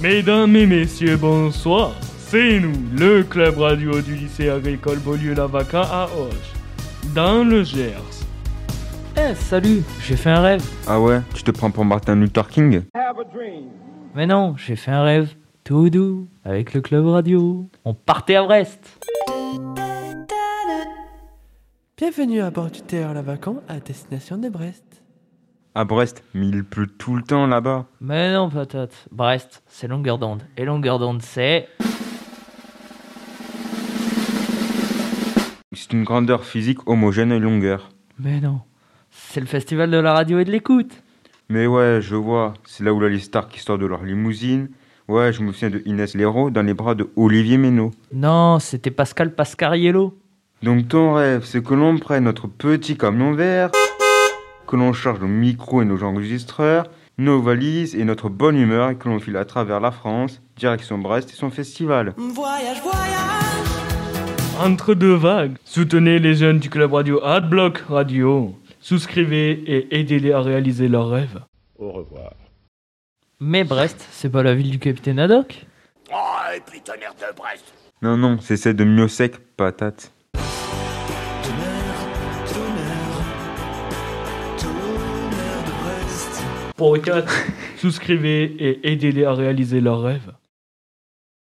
Mesdames et messieurs, bonsoir. C'est nous, le club radio du lycée agricole Beaulieu-Lavaca à Auch, dans le Gers. Eh, salut, j'ai fait un rêve. Ah ouais, tu te prends pour Martin Luther King Mais non, j'ai fait un rêve. Tout doux, avec le club radio. On partait à Brest. Bienvenue à bord du TR Lavacan à destination de Brest. À Brest, mais il pleut tout le temps là-bas. Mais non, patate. Brest, c'est longueur d'onde. Et longueur d'onde, c'est. C'est une grandeur physique homogène et longueur. Mais non, c'est le festival de la radio et de l'écoute. Mais ouais, je vois, c'est là où là les stars qui sortent de leur limousine. Ouais, je me souviens de Inès Léraud dans les bras de Olivier Méno. Non, c'était Pascal Pascariello. Donc ton rêve, c'est que l'on prenne notre petit camion vert, que l'on charge nos micros et nos enregistreurs, nos valises et notre bonne humeur et que l'on file à travers la France, direction Brest et son festival. Voyage, voyage, Entre deux vagues, soutenez les jeunes du club radio Adblock Radio. Souscrivez et aidez-les à réaliser leurs rêves. Au revoir. Mais Brest, c'est pas la ville du capitaine Haddock Non, non, c'est celle de mieux sec, patate. Pour 4, souscrivez et aidez-les à réaliser leurs rêves.